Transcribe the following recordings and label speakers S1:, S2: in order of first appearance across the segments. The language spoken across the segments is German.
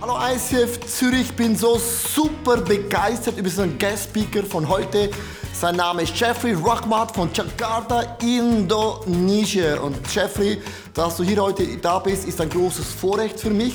S1: Hallo ICF Zürich, bin so super begeistert über unseren Guest Speaker von heute. Sein Name ist Jeffrey Rockmart von Jakarta, Indonesien. Und Jeffrey, dass du hier heute da bist, ist ein großes Vorrecht für mich.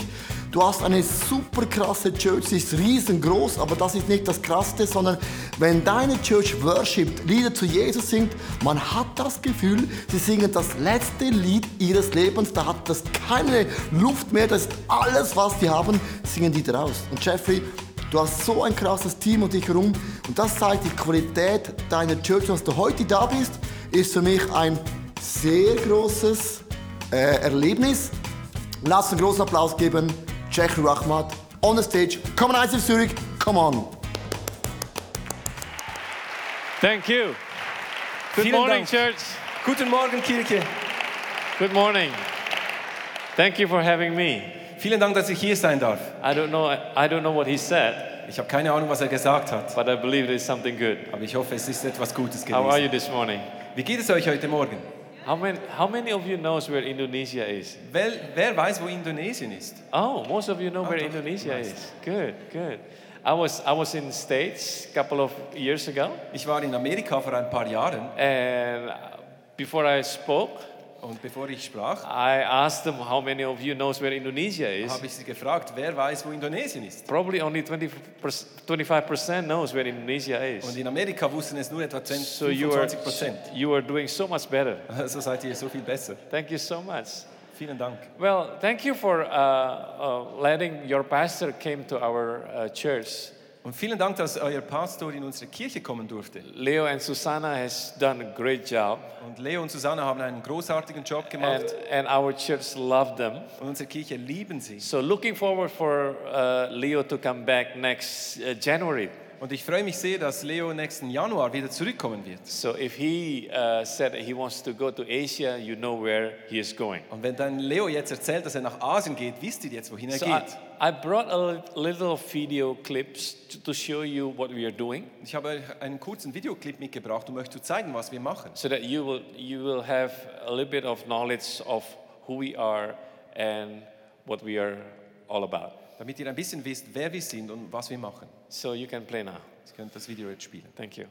S1: Du hast eine super krasse Church, sie ist riesengroß, aber das ist nicht das Krasseste, sondern wenn deine Church worshipt, Lieder zu Jesus singt, man hat das Gefühl, sie singen das letzte Lied ihres Lebens, da hat das keine Luft mehr, das ist alles, was sie haben, singen die draus. Und Jeffrey, du hast so ein krasses Team um dich herum und das zeigt die Qualität deiner Church. Und dass du heute da bist, ist für mich ein sehr großes äh, Erlebnis. Lasst einen großen Applaus geben. Jeffrey Rahmat on the stage. Come on, ICF Zürich. Come on.
S2: Thank you. Good
S3: Vielen
S2: morning,
S3: Dank.
S2: church.
S3: Guten Morgen, Kirche.
S2: Good morning. Thank you for having me.
S3: Vielen Dank, dass ich hier sein darf.
S2: I don't know. I don't know what he said,
S3: Ich habe keine Ahnung, was er gesagt hat,
S2: but I believe there's something good.
S3: aber ich hoffe, es ist etwas Gutes
S2: How are
S3: gewesen.
S2: you this morning?
S3: Wie geht es euch heute Morgen?
S2: How many? How many of you knows where Indonesia is?
S3: Wer, wer weiß, wo Indonesien ist?
S2: Oh, most of you know where
S3: doch.
S2: Indonesia
S3: Nice.
S2: is. Good, good. I was I was in States a couple of years ago,
S3: Ich war in Amerika vor ein paar Jahren
S2: and before I spoke,
S3: und bevor ich sprach,
S2: I asked them how many of you knows where Indonesia is.
S3: habe ich sie gefragt, wer weiß, wo Indonesien ist.
S2: Probably only 20 25 percent knows where Indonesia is.
S3: Und in Amerika wussten es nur etwa 10,
S2: So you are
S3: 25 Prozent.
S2: you are doing so much better.
S3: Also seid ihr so viel besser.
S2: Thank you so much.
S3: Vielen Dank.
S2: Well, thank you for uh, uh, letting your pastor came to our uh, church.
S3: Und vielen Dank, dass euer Pastor in unsere Kirche kommen durfte.
S2: Leo and Susanna has done a great job,
S3: Und Leo und Susanne haben einen großartigen Job
S2: and,
S3: gemacht
S2: and our church loved them.
S3: und unsere Kirche lieben sie.
S2: So looking forward for uh, Leo to come back next uh, January.
S3: Und ich freue mich sehr, dass Leo nächsten Januar wieder zurückkommen wird.
S2: So if he uh, said he wants to go to Asia, you know where he is going.
S3: Und wenn dann Leo jetzt erzählt, dass er nach Asien geht, wisst ihr jetzt, wohin er
S2: So ah. I,
S3: geht.
S2: I brought a li- little video clips to, to show you what we are doing.
S3: Ich habe euch einen kurzen Videoclip mitgebracht, um euch zu zeigen, was wir machen.
S2: so that you will you will have a little bit of knowledge of who we are and what we are all about.
S3: Damit ihr ein bisschen wisst, wer wir sind und was wir machen.
S2: So you can play now.
S3: Ihr könnt das Video jetzt spielen.
S2: Thank you.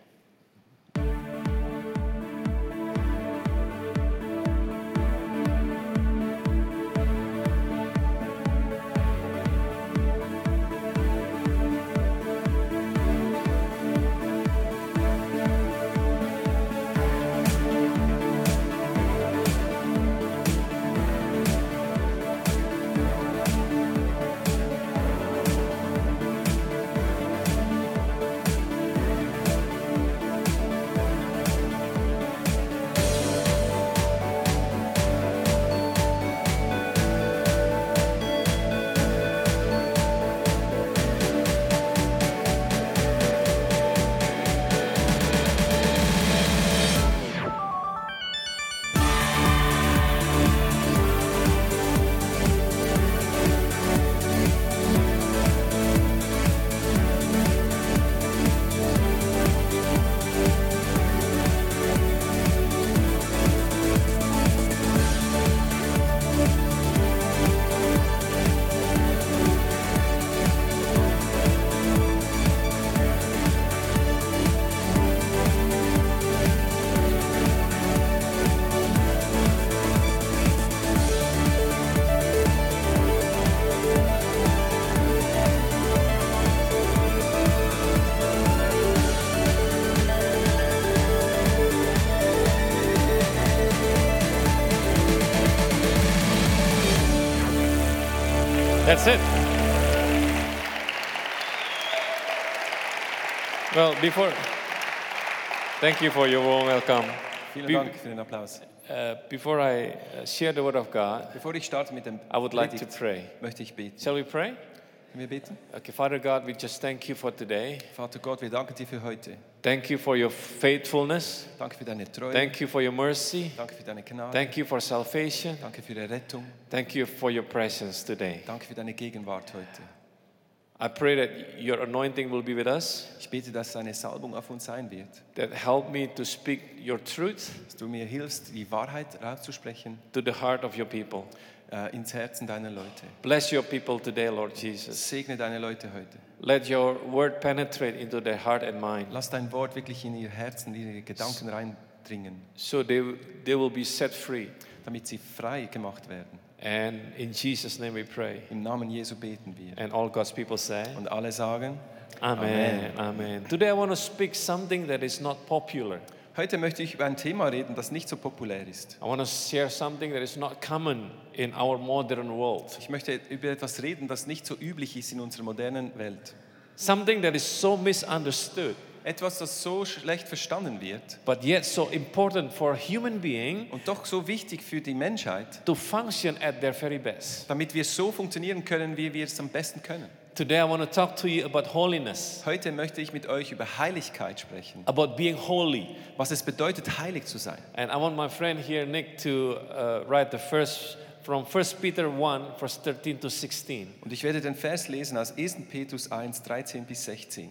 S2: That's it. Well, before thank you for your warm welcome.
S3: Vielen
S2: Be-
S3: Dank für den Applaus.
S2: uh, before I uh, share the word of God,
S3: Bevor ich starte mit dem
S2: I would like to
S3: Predigt,
S2: pray.
S3: möchte ich beten.
S2: Shall we pray?
S3: Können wir beten?
S2: Okay, Father God, we just thank you for today.
S3: Vater Gott, wir danken dir für heute.
S2: Thank you for your faithfulness.
S3: Danke für deine Treue.
S2: Thank you for your mercy.
S3: danke für deine Gnade.
S2: Thank you for salvation.
S3: danke für die Rettung.
S2: Thank you for your presence today.
S3: Danke für deine Gegenwart heute.
S2: I pray that your anointing will be with us,
S3: Ich bete, dass deine Salbung auf uns sein wird.
S2: that help me to speak your truth
S3: dass du mir hilfst, die Wahrheit rauszusprechen
S2: to the heart of your people.
S3: äh, äh, ins Herzen deiner Leute.
S2: Bless your people today, Lord Jesus.
S3: Segne deine Leute heute.
S2: Let your word penetrate into their heart and mind
S3: Lass dein Wort wirklich in ihr Herzen, in ihre Gedanken reindringen,
S2: so they, they will be set free.
S3: damit sie frei gemacht werden.
S2: And in Jesus' name we pray.
S3: Im Namen Jesu beten wir.
S2: And all God's people say,
S3: Und alle sagen,
S2: Amen, Amen. Today I want to speak something that is not popular.
S3: heute möchte ich über ein Thema reden, das nicht so populär ist.
S2: I want to share something that is not common in our modern world.
S3: Ich möchte über etwas reden, das nicht so üblich ist in unserer modernen Welt.
S2: Something that is so misunderstood,
S3: Etwas, das so schlecht verstanden wird
S2: but yet so important for a human being
S3: und doch so wichtig für die Menschheit,
S2: to function at their very best.
S3: damit wir so funktionieren können, wie wir es am besten können.
S2: Today I want to talk to you about holiness,
S3: Heute möchte ich mit euch über Heiligkeit sprechen,
S2: about being holy.
S3: was es bedeutet, heilig zu sein.
S2: And I want my friend here, Nick, to uh, write the first from 1 Peter 1, verse 13 to 16.
S3: Und ich werde den Vers lesen aus 1. Petrus 1, 13 bis 16.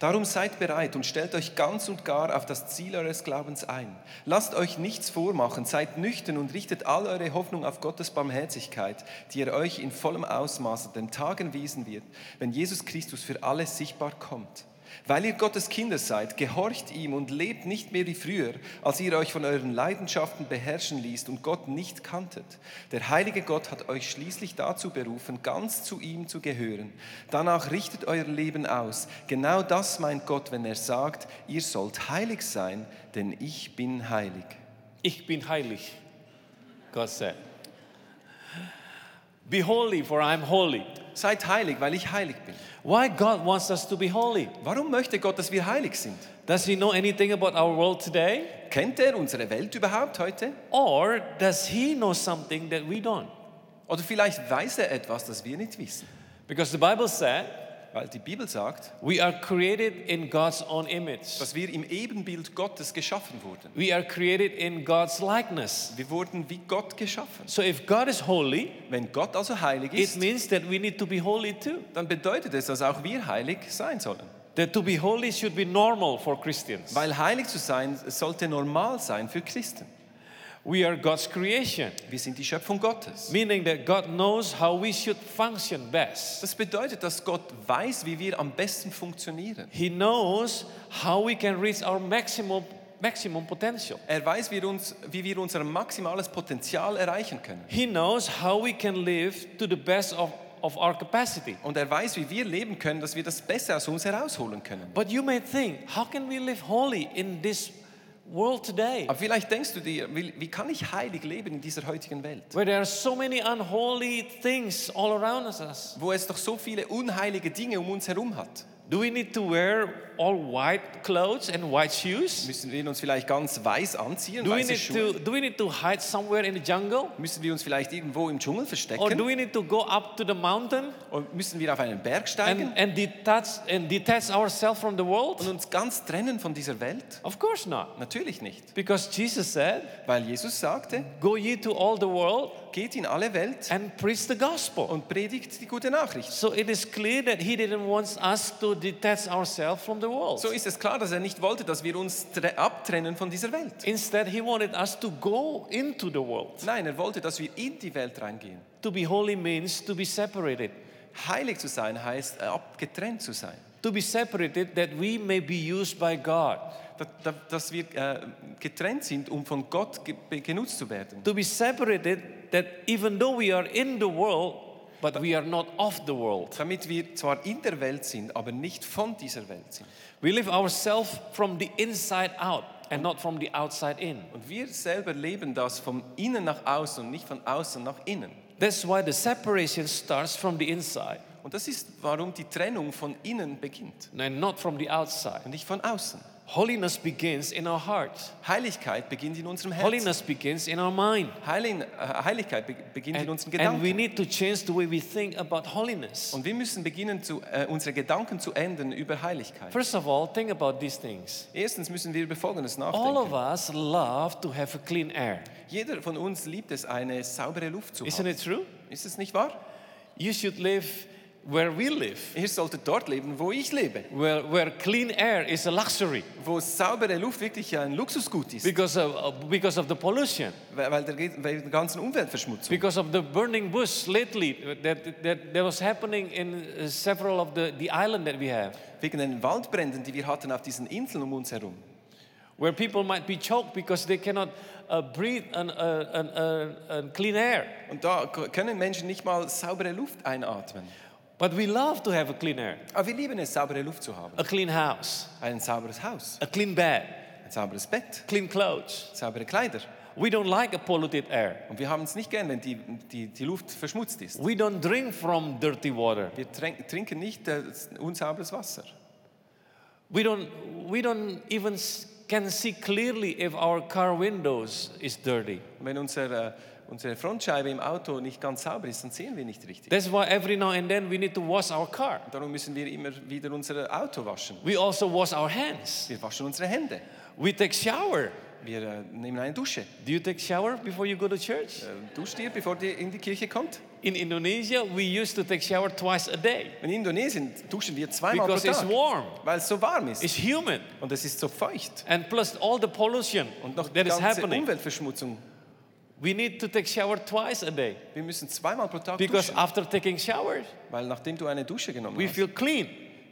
S3: Darum seid bereit und stellt euch ganz und gar auf das Ziel eures Glaubens ein. Lasst euch nichts vormachen, seid nüchtern und richtet all eure Hoffnung auf Gottes Barmherzigkeit, die er euch in vollem Ausmaße den Tagen wiesen wird, wenn Jesus Christus für alle sichtbar kommt. Weil ihr Gottes Kinder seid, gehorcht ihm und lebt nicht mehr wie früher, als ihr euch von euren Leidenschaften beherrschen ließt und Gott nicht kanntet. Der heilige Gott hat euch schließlich dazu berufen, ganz zu ihm zu gehören. Danach richtet euer Leben aus. Genau das meint Gott, wenn er sagt, ihr sollt heilig sein, denn ich bin heilig.
S2: Ich bin heilig, Gott said. Be holy, for I am holy.
S3: Seid heilig, weil ich heilig bin.
S2: Why God wants us to be holy?
S3: Warum möchte Gott, dass wir heilig sind?
S2: Does He know anything about our world today?
S3: Kennt er unsere Welt überhaupt heute?
S2: Or does He know something that we don't?
S3: Oder vielleicht weiß er etwas, das wir nicht wissen?
S2: Because the Bible said
S3: Weil die Bibel sagt,
S2: we are created in God's own image.
S3: dass wir im Ebenbild Gottes geschaffen wurden.
S2: We are created in God's likeness.
S3: Wir wurden wie Gott geschaffen.
S2: So if God is holy,
S3: Wenn Gott also heilig
S2: it
S3: ist,
S2: means that we need to be holy too.
S3: dann bedeutet es, dass auch wir heilig sein sollen.
S2: That to be holy should be normal for Christians.
S3: Weil heilig zu sein es sollte normal sein für Christen.
S2: We are God's creation.
S3: Wir sind die Schöpfung Gottes.
S2: Meaning that God knows how we should function best.
S3: Das bedeutet, dass Gott weiß, wie wir am besten funktionieren.
S2: He knows how we can reach our maximum, maximum potential.
S3: Er weiß, wie, uns, wie wir unser maximales Potenzial erreichen können.
S2: He knows how we can live to the best of, of our capacity.
S3: Und er weiß, wie wir leben können, dass wir das Beste aus uns herausholen können.
S2: But you may think, how can we live holy in this world today?
S3: Aber vielleicht denkst du dir, wie, wie kann ich heilig leben in dieser heutigen Welt?
S2: Where there are so many unholy things all around us.
S3: wo es doch so viele unheilige Dinge um uns herum hat.
S2: Do we need to wear all white clothes and white shoes?
S3: Müssen wir uns vielleicht ganz weiß anziehen,
S2: Do we,
S3: weiße
S2: need
S3: Schuhe?
S2: to, do we need to hide somewhere in the jungle?
S3: Müssen wir uns vielleicht irgendwo im Dschungel
S2: Or do
S3: verstecken?
S2: we need to go up to the mountain
S3: Und müssen wir auf einen Berg steigen
S2: and, and detach and detach ourselves from the
S3: und
S2: world?
S3: uns ganz trennen von dieser Welt?
S2: Of course not.
S3: Natürlich nicht,
S2: Because Jesus said,
S3: weil Jesus sagte,
S2: Go ye to all the world
S3: geht in alle Welt
S2: and preach the gospel.
S3: und predigt die gute Nachricht.
S2: So it is clear that he didn't want us to detach ourselves from the world.
S3: So ist es klar, dass er nicht wollte, dass wir uns tre- abtrennen von dieser Welt.
S2: Instead, he wanted us to go into the world.
S3: Nein, er wollte, dass wir in die Welt reingehen.
S2: To be holy means to be separated.
S3: Heilig zu sein heißt, äh, abgetrennt zu sein.
S2: To be separated that we may be used by God.
S3: Da- da- Dass wir äh, getrennt sind, um von Gott ge be- genutzt zu werden.
S2: To be separated that even though we are in the world, but we are not of the world.
S3: damit wir zwar in der Welt sind, aber nicht von dieser Welt sind.
S2: We live ourselves from the inside out and not from the outside in.
S3: Und wir selber leben das vom Innen nach außen und nicht von außen nach innen.
S2: That's why the separation starts from the inside
S3: Und das ist, warum die Trennung von innen beginnt
S2: and not from the outside.
S3: und nicht von außen.
S2: Holiness begins in our hearts.
S3: Heiligkeit beginnt in unserem Herzen.
S2: Holiness begins in our mind.
S3: Heilin, äh, Heiligkeit be- beginnt in
S2: And,
S3: unseren
S2: and we
S3: Gedanken.
S2: need to change the way we think about holiness.
S3: Und wir müssen beginnen, zu, äh, unsere Gedanken zu ändern über Heiligkeit.
S2: First of all, think about these things.
S3: Erstens müssen wir über Folgendes
S2: All
S3: nachdenken.
S2: of us love to have a clean air.
S3: Jeder von uns liebt es, eine saubere Luft zu
S2: Isn't
S3: haben.
S2: it true?
S3: Ist es nicht wahr?
S2: You should live where we live,
S3: Ihr solltet dort leben, wo ich lebe,
S2: where, where clean air is a luxury
S3: wo saubere Luft wirklich ein Luxusgut ist,
S2: because of, of- because of the pollution,
S3: weil, weil der, ge- weil der ganzen Umweltverschmutzung.
S2: because of the burning bush lately that, that, that was happening in uh, several of the, the island that we have,
S3: Wegen den Waldbränden, die wir hatten auf diesen Inseln um uns herum.
S2: where people might be choked because they cannot uh, breathe an, uh, an, uh, an clean air.
S3: Und da k- können Menschen nicht mal saubere Luft einatmen.
S2: But we love to have a clean air,
S3: Aber wir lieben es, saubere Luft zu haben.
S2: a clean house,
S3: Ein sauberes Haus,
S2: a clean bed,
S3: ein sauberes Bett,
S2: clean clothes.
S3: saubere Kleider.
S2: We don't like a polluted air.
S3: Und wir haben es nicht gern, wenn die, die, die Luft verschmutzt ist.
S2: We don't drink from dirty water.
S3: Wir tränk- trinken nicht äh, unsauberes Wasser.
S2: We don't, we don't even s- can see clearly if our car windows is dirty.
S3: Und wenn unser, äh, unsere Frontscheibe im Auto nicht ganz sauber ist, dann sehen wir nicht richtig.
S2: That's why every now and then we need to wash our car.
S3: Darum müssen wir immer wieder unser Auto waschen.
S2: We also wash our hands.
S3: Wir waschen unsere Hände.
S2: We take shower.
S3: Wir äh, nehmen eine Dusche.
S2: Do you take shower before you go to church?
S3: Äh, duscht ihr, bevor ihr in die Kirche kommt?
S2: In Indonesia, we used to take shower twice a day
S3: In Indonesien duschen wir zweimal pro
S2: because it's
S3: Tag,
S2: warm,
S3: weil es so warm ist.
S2: it's humid,
S3: Und es ist so feucht.
S2: and plus all the pollution
S3: Und noch die
S2: that is
S3: ganze
S2: happening.
S3: Umweltverschmutzung.
S2: We need to take shower twice a day
S3: Wir müssen zweimal pro Tag
S2: because
S3: duschen,
S2: after taking shower,
S3: weil nachdem du eine Dusche genommen
S2: we
S3: hast,
S2: feel clean,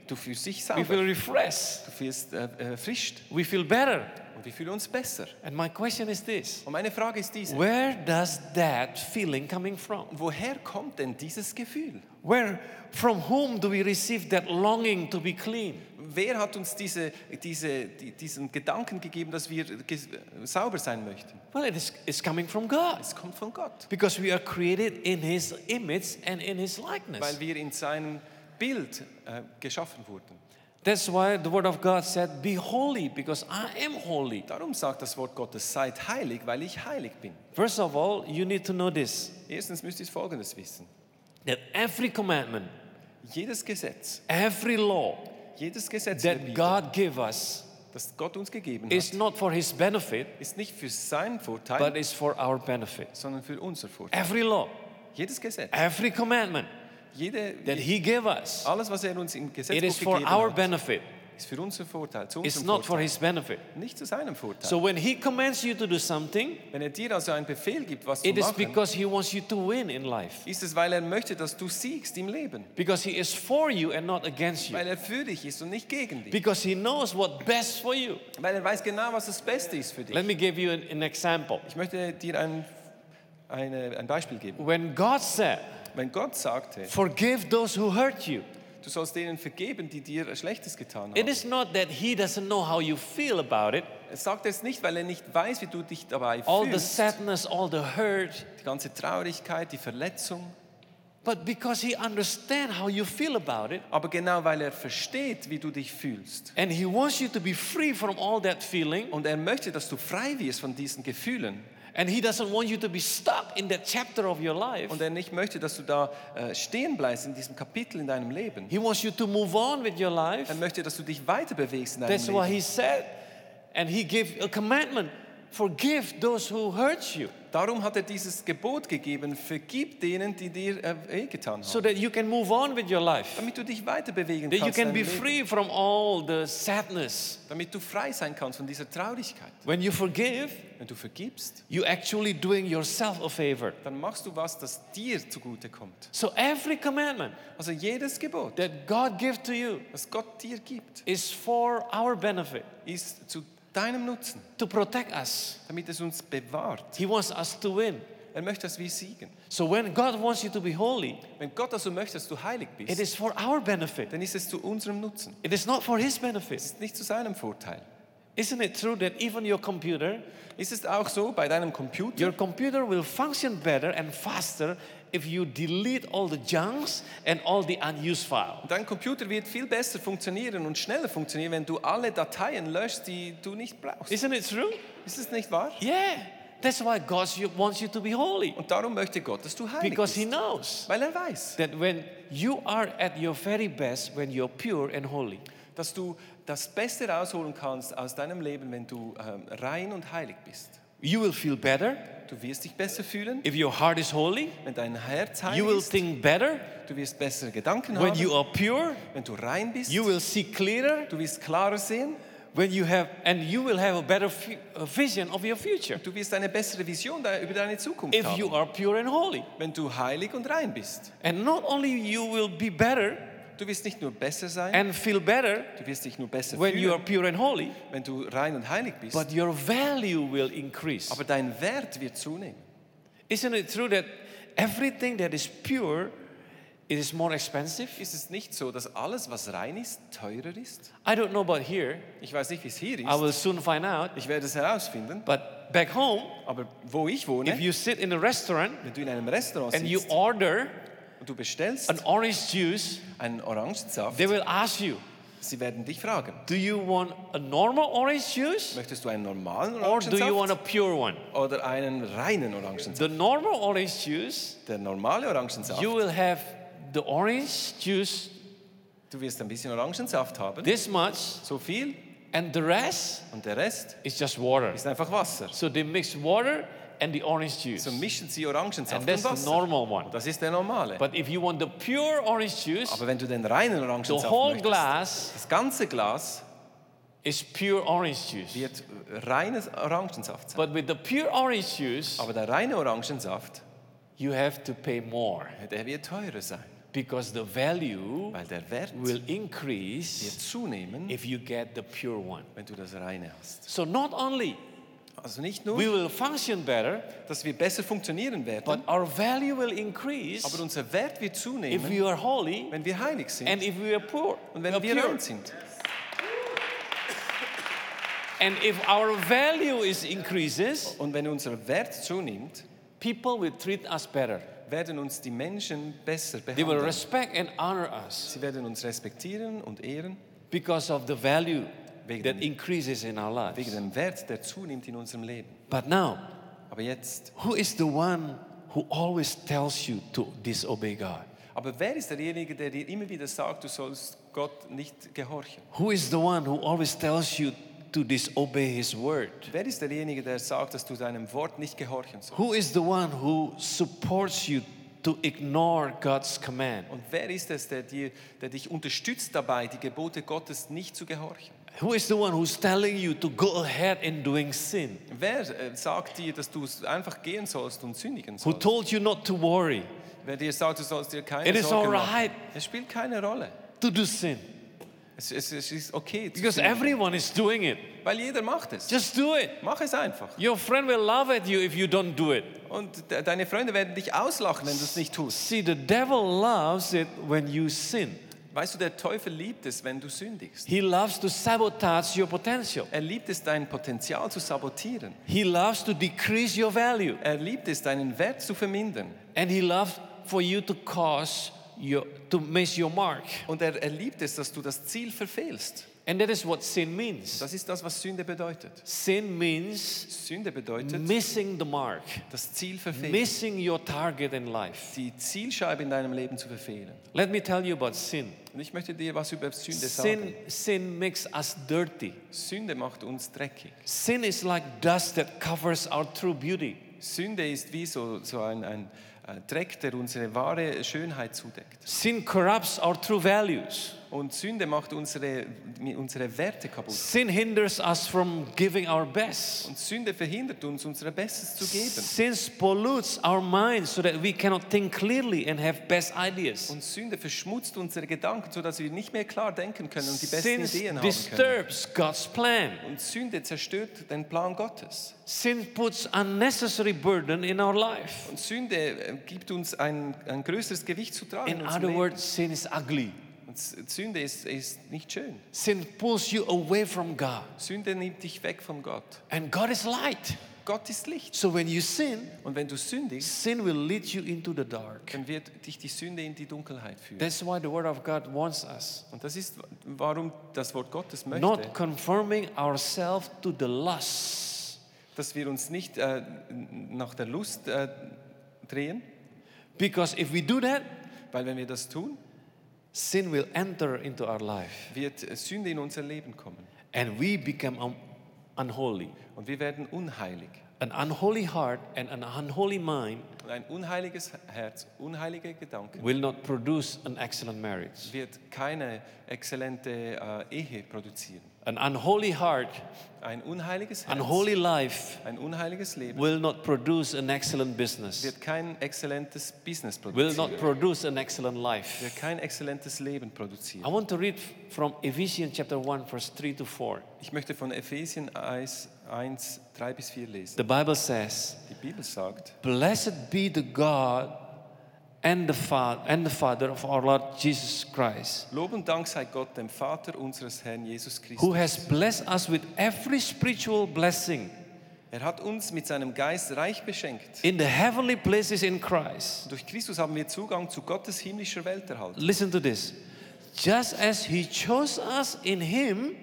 S3: du fühlst dich
S2: we feel
S3: sauber,
S2: refreshed,
S3: du fühlst äh, äh, erfrischt
S2: we feel better.
S3: und wir fühlen uns besser.
S2: And my question is this
S3: Und meine Frage ist diese,
S2: Where does that feeling coming from?
S3: woher kommt denn dieses Gefühl?
S2: Where, from whom do we receive that longing to be clean?
S3: Wer hat uns diese, diese, die, diesen Gedanken gegeben, dass wir ges- sauber sein möchten?
S2: Well, it is, it's coming from God
S3: Es kommt von Gott,
S2: because we are created in His image and in His
S3: weil
S2: likeness.
S3: wir in seinem Bild äh, geschaffen wurden.
S2: That's why the Word of God said, Be holy because I am holy.
S3: Darum sagt das Wort Gottes, seid heilig, weil ich heilig bin.
S2: First of all, you need to know this
S3: Erstens müsst ihr Folgendes wissen.
S2: that every commandment,
S3: Jedes Gesetz,
S2: every law
S3: jedes Gesetz, der
S2: that
S3: Bibel,
S2: God gave us
S3: das Gott uns gegeben hat,
S2: is not for His benefit,
S3: ist nicht für seinen Vorteil,
S2: but is for our benefit.
S3: sondern für unser Vorteil.
S2: Every law,
S3: Jedes Gesetz,
S2: every commandment
S3: jede,
S2: that He gave us,
S3: alles, was er uns im
S2: it
S3: Gesetz
S2: is for
S3: gegeben
S2: our
S3: hat,
S2: benefit.
S3: ist für unseren Vorteil, zu
S2: It's
S3: unserem
S2: not for
S3: Vorteil,
S2: His benefit.
S3: nicht zu seinem Vorteil.
S2: So when He commands you to do something,
S3: Wenn er dir also einen Befehl gibt, was zu
S2: it is
S3: machen,
S2: because He wants you to win in life.
S3: ist es, weil er möchte, dass du siegst im Leben.
S2: Because He is for you and not against you.
S3: Weil er für dich ist und nicht gegen dich.
S2: Because He knows what's best for you.
S3: Weil er weiß genau, was das Beste ist für dich.
S2: Let me give you an, an example.
S3: Ich möchte dir ein, eine, ein Beispiel geben.
S2: When God said,
S3: Wenn Gott sagte,
S2: Forgive those who hurt you,
S3: du sollst denen vergeben, die dir Schlechtes getan
S2: it
S3: haben,
S2: is not that He doesn't know how you feel about it,
S3: er sagt es nicht, weil er nicht weiß, wie du dich dabei
S2: all the
S3: fühlst.
S2: sadness, all the hurt,
S3: Die ganze Traurigkeit, die Verletzung.
S2: but because He understands how you feel about it.
S3: Aber genau weil er versteht, wie du dich fühlst.
S2: And He wants you to be free from all that feeling.
S3: Und er möchte, dass du frei wirst von diesen Gefühlen.
S2: And He doesn't want you to be stuck in that chapter of your life.
S3: Und er nicht möchte, dass du da äh, stehen bleibst in diesem Kapitel in deinem Leben.
S2: He wants you to move on with your life.
S3: Er möchte, dass du dich weiter bewegst in deinem
S2: That's what
S3: Leben.
S2: He said. And He gave a commandment forgive those who hurt you
S3: Darum hat er dieses Gebot gegeben, vergib denen, die dir äh, wehgetan haben.
S2: so that you can move on with your life.
S3: damit du dich weiter bewegen
S2: That you
S3: kannst, in
S2: can be
S3: deinem Leben.
S2: free from all the sadness.
S3: damit du frei sein kannst von dieser Traurigkeit.
S2: When you forgive,
S3: Wenn du vergibst,
S2: you actually doing yourself a favor.
S3: dann machst du was, das dir zugute kommt.
S2: So every commandment
S3: Also jedes Gebot,
S2: that God gives to you
S3: das Gott dir gibt,
S2: is for our benefit,
S3: ist zu deinem Nutzen,
S2: to protect us.
S3: damit es uns bewahrt.
S2: He wants us to win.
S3: Er möchte, dass wir siegen.
S2: So when God wants you to be holy,
S3: Wenn Gott also möchte, dass du heilig
S2: it
S3: bist,
S2: is for our benefit.
S3: dann ist es zu unserem Nutzen.
S2: It is not for his benefit.
S3: Es ist nicht zu seinem Vorteil.
S2: Isn't it true that even your computer,
S3: Ist es auch so bei deinem Computer?
S2: your computer will function better and faster if you delete all the junks and all the unused files?
S3: Dein Computer wird viel besser funktionieren und schneller funktionieren, wenn du alle Dateien löscht, die du nicht brauchst. Ist,
S2: Isn't it true?
S3: es nicht wahr?
S2: Yeah. That's why God you- wants you to be holy
S3: Und darum möchte Gott, dass du heilig
S2: because He
S3: bist,
S2: knows
S3: weil er weiß,
S2: that when you are at your very best, when you're pure and holy,
S3: dass du das Beste rausholen kannst aus deinem Leben, wenn du ähm, rein und heilig bist.
S2: you will feel better,
S3: Du Du wirst dich besser fühlen,
S2: If your heart is holy,
S3: wenn dein Herz heil
S2: you will
S3: ist.
S2: think better.
S3: Du wirst bessere Gedanken
S2: When you
S3: haben,
S2: are pure,
S3: wenn du rein bist.
S2: you will see clearer.
S3: Du wirst klarer sehen.
S2: When you have, and you will have a better fu- a vision of your future.
S3: Du wirst eine bessere Vision da- über deine Zukunft
S2: If you
S3: haben,
S2: are pure and holy,
S3: wenn du heilig und rein bist.
S2: and not only you will be better
S3: Du wirst nicht nur besser sein,
S2: and feel better
S3: du wirst dich nur besser
S2: when you are
S3: fühlen,
S2: pure and holy,
S3: wenn du rein und heilig bist.
S2: but your value will increase.
S3: Aber dein Wert wird zunehmen.
S2: Isn't it true that everything that is pure it is more expensive?
S3: Ist es nicht so, dass alles, was rein ist, teurer ist?
S2: I don't know about here.
S3: Ich weiß nicht, wie es hier
S2: I
S3: ist.
S2: will soon find out.
S3: Ich werde es herausfinden.
S2: But back home,
S3: Aber wo ich wohne,
S2: if you sit in a restaurant
S3: wenn du in einem Restaurant
S2: and you
S3: sitzt
S2: order
S3: und du bestellst
S2: an orange juice,
S3: einen Orangensaft,
S2: they will ask you,
S3: sie werden dich fragen,
S2: do you want a normal orange juice
S3: möchtest du einen normalen
S2: or do you want a
S3: Orangensaft
S2: pure one?
S3: oder einen reinen Orangensaft?
S2: The normal orange juice,
S3: Der normale Orangensaft,
S2: you will have the orange juice
S3: du wirst ein bisschen Orangensaft haben,
S2: this much
S3: so viel,
S2: and the rest
S3: und der Rest
S2: is just water.
S3: ist einfach Wasser.
S2: So they mix water and the orange juice.
S3: So mischen sie
S2: And
S3: Orangensaft
S2: that's
S3: und
S2: the
S3: Wasser.
S2: normal one.
S3: Das ist der normale.
S2: But if you want the pure orange juice,
S3: Aber wenn du den reinen
S2: the
S3: Orangensaft
S2: whole
S3: möchtest,
S2: glass
S3: das ganze Glas
S2: is pure orange juice.
S3: wird reines Orangensaft sein.
S2: But with the pure orange juice,
S3: Aber der reine Orangensaft,
S2: you have to pay more
S3: der wird teurer sein,
S2: because the value
S3: weil der Wert
S2: will
S3: wird
S2: increase
S3: zunehmen,
S2: if you get the pure one.
S3: wenn du das reine hast.
S2: So not only
S3: Also nicht
S2: we
S3: nur,
S2: will function better,
S3: dass wir besser funktionieren
S2: but
S3: werden,
S2: our value will increase
S3: aber unser Wert wird
S2: if
S3: zunehmen,
S2: we are holy
S3: wenn wir heilig sind
S2: and if we are poor.
S3: und wenn
S2: uh,
S3: wir
S2: pure.
S3: rein sind.
S2: And if our value is increases,
S3: Und wenn unser Wert zunimmt,
S2: people will treat us better.
S3: werden uns die Menschen besser
S2: They will
S3: behandeln.
S2: respect and honor us.
S3: Sie werden uns respektieren und ehren
S2: because of the value
S3: Wegen
S2: that
S3: dem-
S2: increases in our
S3: wegen
S2: lives.
S3: dem Wert, der zunimmt in unserem Leben.
S2: But now,
S3: Aber jetzt,
S2: who is the one who always tells you to disobey God?
S3: aber wer ist derjenige, der dir immer wieder sagt, du sollst Gott nicht gehorchen?
S2: Who is the one who always tells you to disobey His word?
S3: Wer ist derjenige, der sagt, dass du deinem Wort nicht gehorchen sollst?
S2: Who is the one who supports you to ignore God's command?
S3: Und wer ist es, der, dir, der dich unterstützt dabei, die Gebote Gottes nicht zu gehorchen?
S2: Who is the one who's telling you to go ahead in doing sin?
S3: Wer äh, sagt dir, dass du es einfach gehen sollst und sündigen
S2: Who
S3: sollst?
S2: told you not to worry,
S3: Wer dir sagt, du sollst dir keine
S2: It is
S3: Sorgen
S2: alright.
S3: machen? Es spielt keine Rolle.
S2: to do sin?
S3: Es, es, es ist okay. Zu
S2: Because
S3: sündigen,
S2: everyone is doing it.
S3: weil jeder macht es.
S2: Just do it.
S3: Mach es einfach.
S2: Your friend will laugh at you if you don't do it.
S3: Und de deine Freunde werden dich auslachen, wenn du es nicht tust.
S2: See, the devil loves it when you sin.
S3: Weißt du, der Teufel liebt es, wenn du sündigst.
S2: He loves to sabotage your potential.
S3: Er liebt es, dein Potenzial zu sabotieren.
S2: He loves to decrease your value.
S3: Er liebt es, deinen Wert zu vermindern.
S2: And he loves for you to cause your, to miss your mark.
S3: Und er, er liebt es, dass du das Ziel verfehlst.
S2: And that is what sin means.
S3: Das ist das, was Sünde bedeutet.
S2: Sin means
S3: Sünde bedeutet
S2: missing the mark,
S3: das Ziel verfehlen,
S2: missing your target in life.
S3: die Zielscheibe in deinem Leben zu verfehlen.
S2: Let me tell you about sin.
S3: Und ich möchte dir was über Sünde
S2: Sin,
S3: sagen.
S2: sin makes us dirty.
S3: Sünde macht uns dreckig.
S2: Sin is like dust that covers our true beauty.
S3: Sünde ist wie so, so ein, ein äh, Dreck, der unsere wahre Schönheit zudeckt.
S2: Sin corrupts our true values.
S3: Und Sünde macht unsere, unsere Werte kaputt.
S2: Sin hinders us from giving our best.
S3: Und Sünde verhindert uns, unser Bestes zu geben.
S2: Sin pollutes our minds so that we cannot think clearly and have best ideas.
S3: Und Sünde verschmutzt unsere Gedanken, sodass wir nicht mehr klar denken können und die besten
S2: Sin
S3: Ideen haben können.
S2: disturbs God's plan.
S3: Und Sünde zerstört den Plan Gottes.
S2: Sin puts unnecessary burden in our life.
S3: Und Sünde äh, gibt uns ein, ein größeres Gewicht zu tragen.
S2: In
S3: in unserem
S2: other
S3: Leben.
S2: words, sin is ugly.
S3: Und S- Sünde ist, ist nicht schön.
S2: Sin pulls you away from God.
S3: Sünde nimmt dich weg von Gott.
S2: And God is light.
S3: Gott ist Licht.
S2: So when you sin,
S3: Und wenn du sündigst,
S2: sin will lead you into the dark.
S3: dann wird dich die Sünde in die Dunkelheit führen.
S2: That's why the Word of God wants us
S3: Und das ist, warum das Wort Gottes möchte,
S2: not conforming ourselves to the lusts
S3: dass wir uns nicht äh, nach der Lust äh, drehen,
S2: Because if we do that,
S3: weil wenn wir das tun,
S2: sin will enter into our life
S3: wird äh, Sünde in unser Leben kommen.
S2: and we become un- unholy,
S3: Und wir werden unheilig,
S2: an unholy heart and an unholy mind
S3: Und ein unheiliges Herz, unheilige Gedanken
S2: will not produce an excellent marriage.
S3: wird keine exzellente äh, Ehe produzieren.
S2: An unholy heart,
S3: Ein unheiliges Herz,
S2: unholy life
S3: ein unheiliges Leben
S2: will not produce an excellent business,
S3: wird kein exzellentes Business
S2: will
S3: produzieren,
S2: not produce an excellent
S3: wird
S2: life.
S3: kein exzellentes Leben
S2: I
S3: produzieren.
S2: want to read from Ephesians chapter 1, verse 3 to 4.
S3: Ich möchte von Ephesien 1, 1 3 bis 4 lesen.
S2: The Bible says,
S3: Die Bibel sagt,
S2: Blessed be the God and the Father and the Father of our Lord Jesus Christ,
S3: Lob und Dank sei Gott, dem Vater unseres Herrn Jesus
S2: who
S3: Christus.
S2: has blessed us with every spiritual blessing
S3: Er hat uns mit seinem Geist reich beschenkt.
S2: in the heavenly places in Christ.
S3: Durch Christus haben wir Zugang zu Gottes himmlischer Welt erhalten.
S2: Listen to this. Just as he chose us in him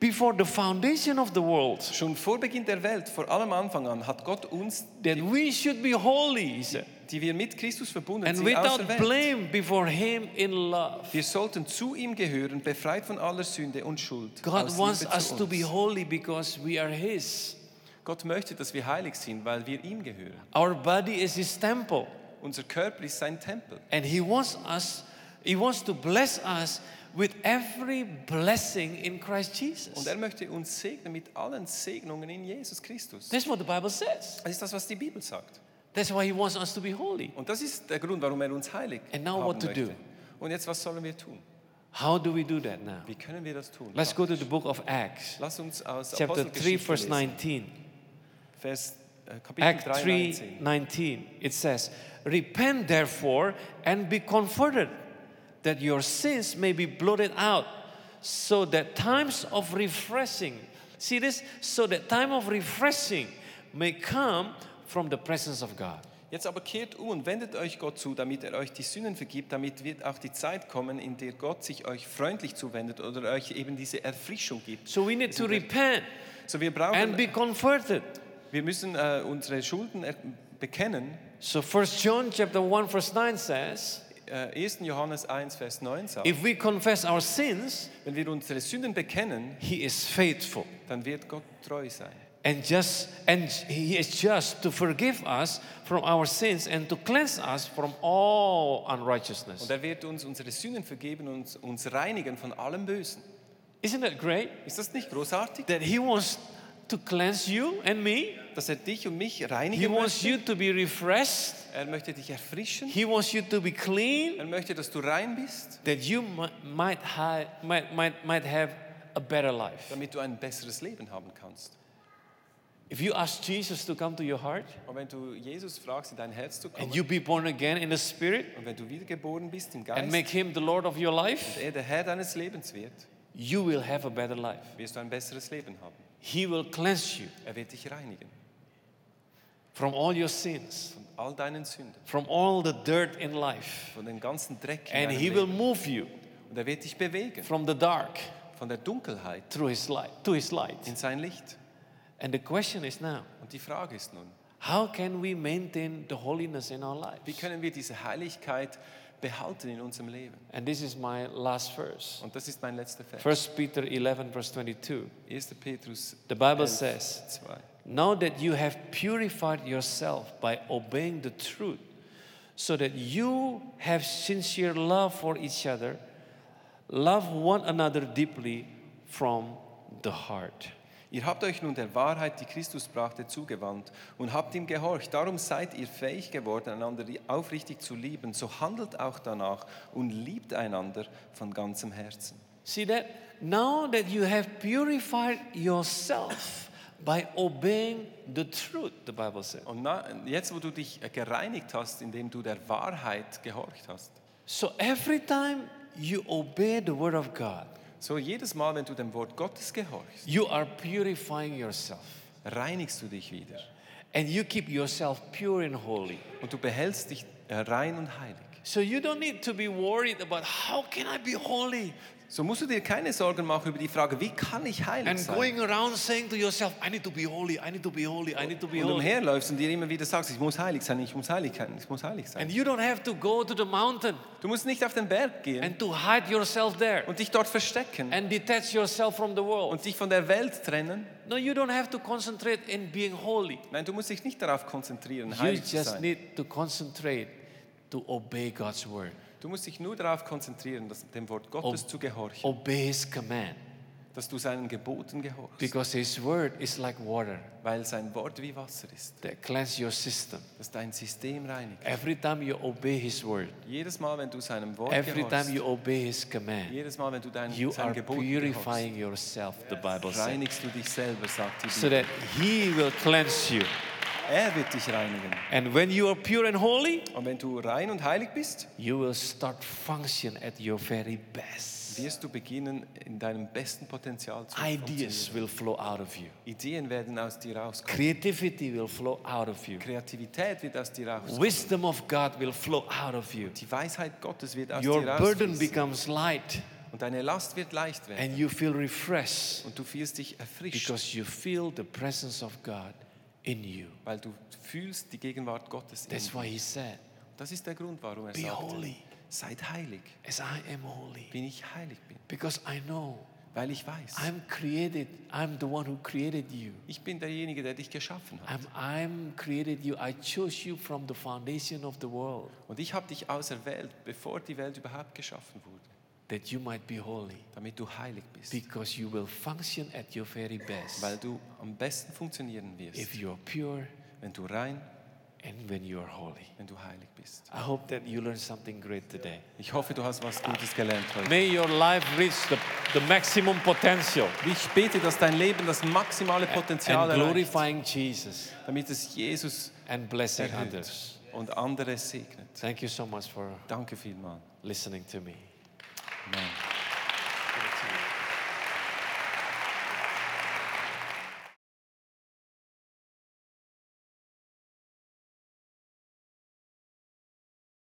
S2: before the foundation of the world,
S3: Schon vor Beginn der Welt, vor allem Anfang an, hat Gott uns,
S2: that we should be holy, he said,
S3: die wir mit Christus verbunden
S2: and
S3: sind,
S2: without
S3: auserwählt.
S2: blame before him in love.
S3: Wir sollten zu ihm gehören, befreit von aller Sünde und Schuld.
S2: God
S3: aus
S2: wants
S3: Liebe
S2: us
S3: zu
S2: to be
S3: uns.
S2: holy because we are his.
S3: Gott möchte, dass wir heilig sind, weil wir ihm gehören.
S2: Our body is his temple.
S3: Unser Körper ist sein Tempel.
S2: And he wants us, he wants to bless us with every blessing in Christ
S3: Und
S2: Jesus.
S3: er möchte uns segnen mit allen Segnungen in Jesus Christus.
S2: That's what the Bible says.
S3: Das ist das, was die Bibel sagt.
S2: That's why he wants us to be holy.
S3: Und das ist der Grund, warum er uns heilig
S2: And now
S3: haben
S2: what to
S3: möchte.
S2: do?
S3: Und jetzt, was sollen wir tun?
S2: How do we do that now?
S3: Wie können wir das tun?
S2: Let's go to the book of Acts,
S3: Lass uns aus
S2: chapter 3,
S3: Apostelgeschichte
S2: verse
S3: lesen.
S2: 19.
S3: Vers, äh, Kapitel
S2: Act
S3: 3,
S2: 3
S3: 19.
S2: 19. It says, Repent therefore and be converted, that your sins may be blotted out, so that times of refreshing, see this, so that time of refreshing may come from the presence of God.
S3: Jetzt aber kehrt um und wendet euch Gott zu, damit er euch die Sünden vergibt, damit wird auch die Zeit kommen, in der Gott sich euch freundlich zuwendet oder euch eben diese Erfrischung gibt.
S2: So we need to repent
S3: So wir
S2: and
S3: brauchen,
S2: be converted.
S3: wir müssen äh, unsere Schulden er- bekennen.
S2: So First John chapter 1 verse 9 says,
S3: Äh, 1. Johannes 1, Vers 9 sagt,
S2: if we confess our sins,
S3: wenn wir unsere Sünden bekennen,
S2: he is faithful.
S3: dann wird Gott treu sein.
S2: and just and he is just to forgive us from our sins and to cleanse us from all
S3: Und
S2: unrighteousness
S3: er wird uns unsere Sünden vergeben und uns reinigen von allem Bösen.
S2: isn't that great
S3: Ist das nicht großartig,
S2: that he wants to cleanse you and me
S3: dass er dich und mich
S2: he
S3: reinigen
S2: wants
S3: möchte?
S2: you to be refreshed
S3: Er möchte dich erfrischen.
S2: he wants you to be clean
S3: Er möchte, dass du rein bist,
S2: that you mi- might hi- might might, might have a better life
S3: damit du ein besseres Leben haben kannst.
S2: if you ask jesus to come to your heart
S3: Und wenn du Jesus fragst, in dein Herz zu kommen,
S2: and you be born again in the spirit
S3: und wenn du wiedergeboren bist im
S2: and
S3: Geist,
S2: make him the lord of your
S3: und
S2: life
S3: er der Herr deines Lebens wird,
S2: you will have a better life
S3: wirst du ein besseres Leben haben.
S2: he will cleanse you
S3: Er wird dich reinigen
S2: from all your sins,
S3: von all deinen Sünden,
S2: from all the dirt in life.
S3: von dem ganzen Dreck in
S2: And
S3: deinem
S2: he will
S3: Leben.
S2: move you
S3: Und er wird dich bewegen
S2: from the dark
S3: von der Dunkelheit
S2: through his light to his light.
S3: in sein Licht.
S2: And the question is now,
S3: Und die Frage ist nun,
S2: how can we maintain the holiness in our life?
S3: Wie können wir diese Heiligkeit behalten in unserem Leben?
S2: And this is my last verse.
S3: Und das ist mein letzter Vers.
S2: 1 Peter 11 verse 22.
S3: 1. Petrus
S2: The Bible
S3: 11,
S2: says,
S3: 2.
S2: Now that you have purified yourself by obeying the truth, so that you have sincere love for each other, love one another deeply from the heart.
S3: Ihr habt euch nun der Wahrheit, die Christus brachte, zugewandt und habt ihm gehorcht. Darum seid ihr fähig geworden, einander aufrichtig zu lieben. So handelt auch danach und liebt einander von ganzem Herzen.
S2: See that? Now that you have purified yourself by obeying the truth, the Bible says.
S3: Und na, jetzt, wo du dich gereinigt hast, indem du der Wahrheit gehorcht hast,
S2: So every time you obey the Word of God,
S3: so jedes Mal, wenn du dem Wort Gottes gehorchst,
S2: you are purifying yourself.
S3: reinigst du dich wieder.
S2: And you keep yourself pure and holy.
S3: Und du behältst dich rein und heilig.
S2: So you don't need to be worried about how can I be holy?
S3: So musst du dir keine Sorgen machen über die Frage, wie kann ich heilig
S2: and
S3: sein?
S2: going around saying to yourself, I need to be holy, I need to be holy, I need to be
S3: Und
S2: holy.
S3: umherläufst und dir immer wieder sagst, ich muss heilig sein, ich muss heilig sein, ich muss heilig sein.
S2: And you don't have to go to the mountain
S3: Du musst nicht auf den Berg gehen
S2: and to hide yourself there
S3: und dich dort verstecken
S2: and detach yourself from the world.
S3: und dich von der Welt trennen.
S2: No, you don't have to concentrate in being holy.
S3: Nein, du musst dich nicht darauf konzentrieren,
S2: You
S3: heilig zu
S2: just
S3: sein.
S2: need to concentrate to obey God's word,
S3: Du musst dich nur darauf konzentrieren, dass dem Wort Gottes zu gehorchen,
S2: obey His command,
S3: dass du seinen Geboten gehorchst,
S2: because His word is like water
S3: weil sein Wort wie Wasser ist,
S2: that cleanses your system.
S3: das dein System reinigt.
S2: Every time you obey His word,
S3: Jedes Mal, wenn du seinem Wort
S2: every
S3: gehorchst,
S2: time you obey His command,
S3: jedes Mal, wenn du dein,
S2: you
S3: seinem
S2: are
S3: Gebot gehorchst,
S2: purifying yourself, the Bible says,
S3: reinigst du dich selber, sagt die
S2: so
S3: Bibel.
S2: that He will cleanse you.
S3: Er wird dich reinigen.
S2: And when you are pure and holy,
S3: Und wenn du rein und heilig bist,
S2: you will start function at your very best.
S3: wirst du beginnen, in deinem besten Potenzial zu
S2: Ideas
S3: funktionieren.
S2: will flow out of you.
S3: Ideen werden aus dir rauskommen.
S2: Creativity will flow out of you.
S3: Kreativität wird aus dir rauskommen.
S2: Wisdom of God will flow out of you.
S3: Die Weisheit Gottes wird aus
S2: Your
S3: dir
S2: burden
S3: rausfließen.
S2: becomes light
S3: Und deine Last wird leicht werden.
S2: and you feel refreshed
S3: Und du fühlst dich erfrischt,
S2: because you feel the presence of God in you.
S3: weil du fühlst die Gegenwart Gottes in
S2: That's
S3: dir.
S2: why he said,
S3: Das ist der Grund, warum er
S2: Be
S3: sagt,
S2: holy.
S3: seid heilig,
S2: As I am holy,
S3: wenn ich heilig bin.
S2: because I know
S3: Weil ich weiß,
S2: I'm created, I'm the one who created you.
S3: ich bin derjenige, der dich geschaffen hat.
S2: I'm, I'm created you. I chose you from the foundation of the world
S3: Und ich habe dich auserwählt, bevor die Welt überhaupt geschaffen wurde,
S2: that you might be holy
S3: damit du heilig bist.
S2: because you will function at your very best
S3: Weil du am besten funktionieren wirst,
S2: if you're pure
S3: wenn du rein,
S2: and when you're holy.
S3: wenn du heilig bist.
S2: I hope that you learned something great today.
S3: Ich hoffe, du hast was Gutes gelernt heute.
S2: May your life reach the, the maximum potential
S3: Ich bete, dass dein Leben das maximale Potenzial
S2: and
S3: erreicht,
S2: glorifying Jesus
S3: damit es Jesus
S2: and blessing
S3: erhöht
S2: others.
S3: und andere segnet.
S2: Thank you so much for
S3: Danke vielmals.
S2: listening to me.
S3: Amen.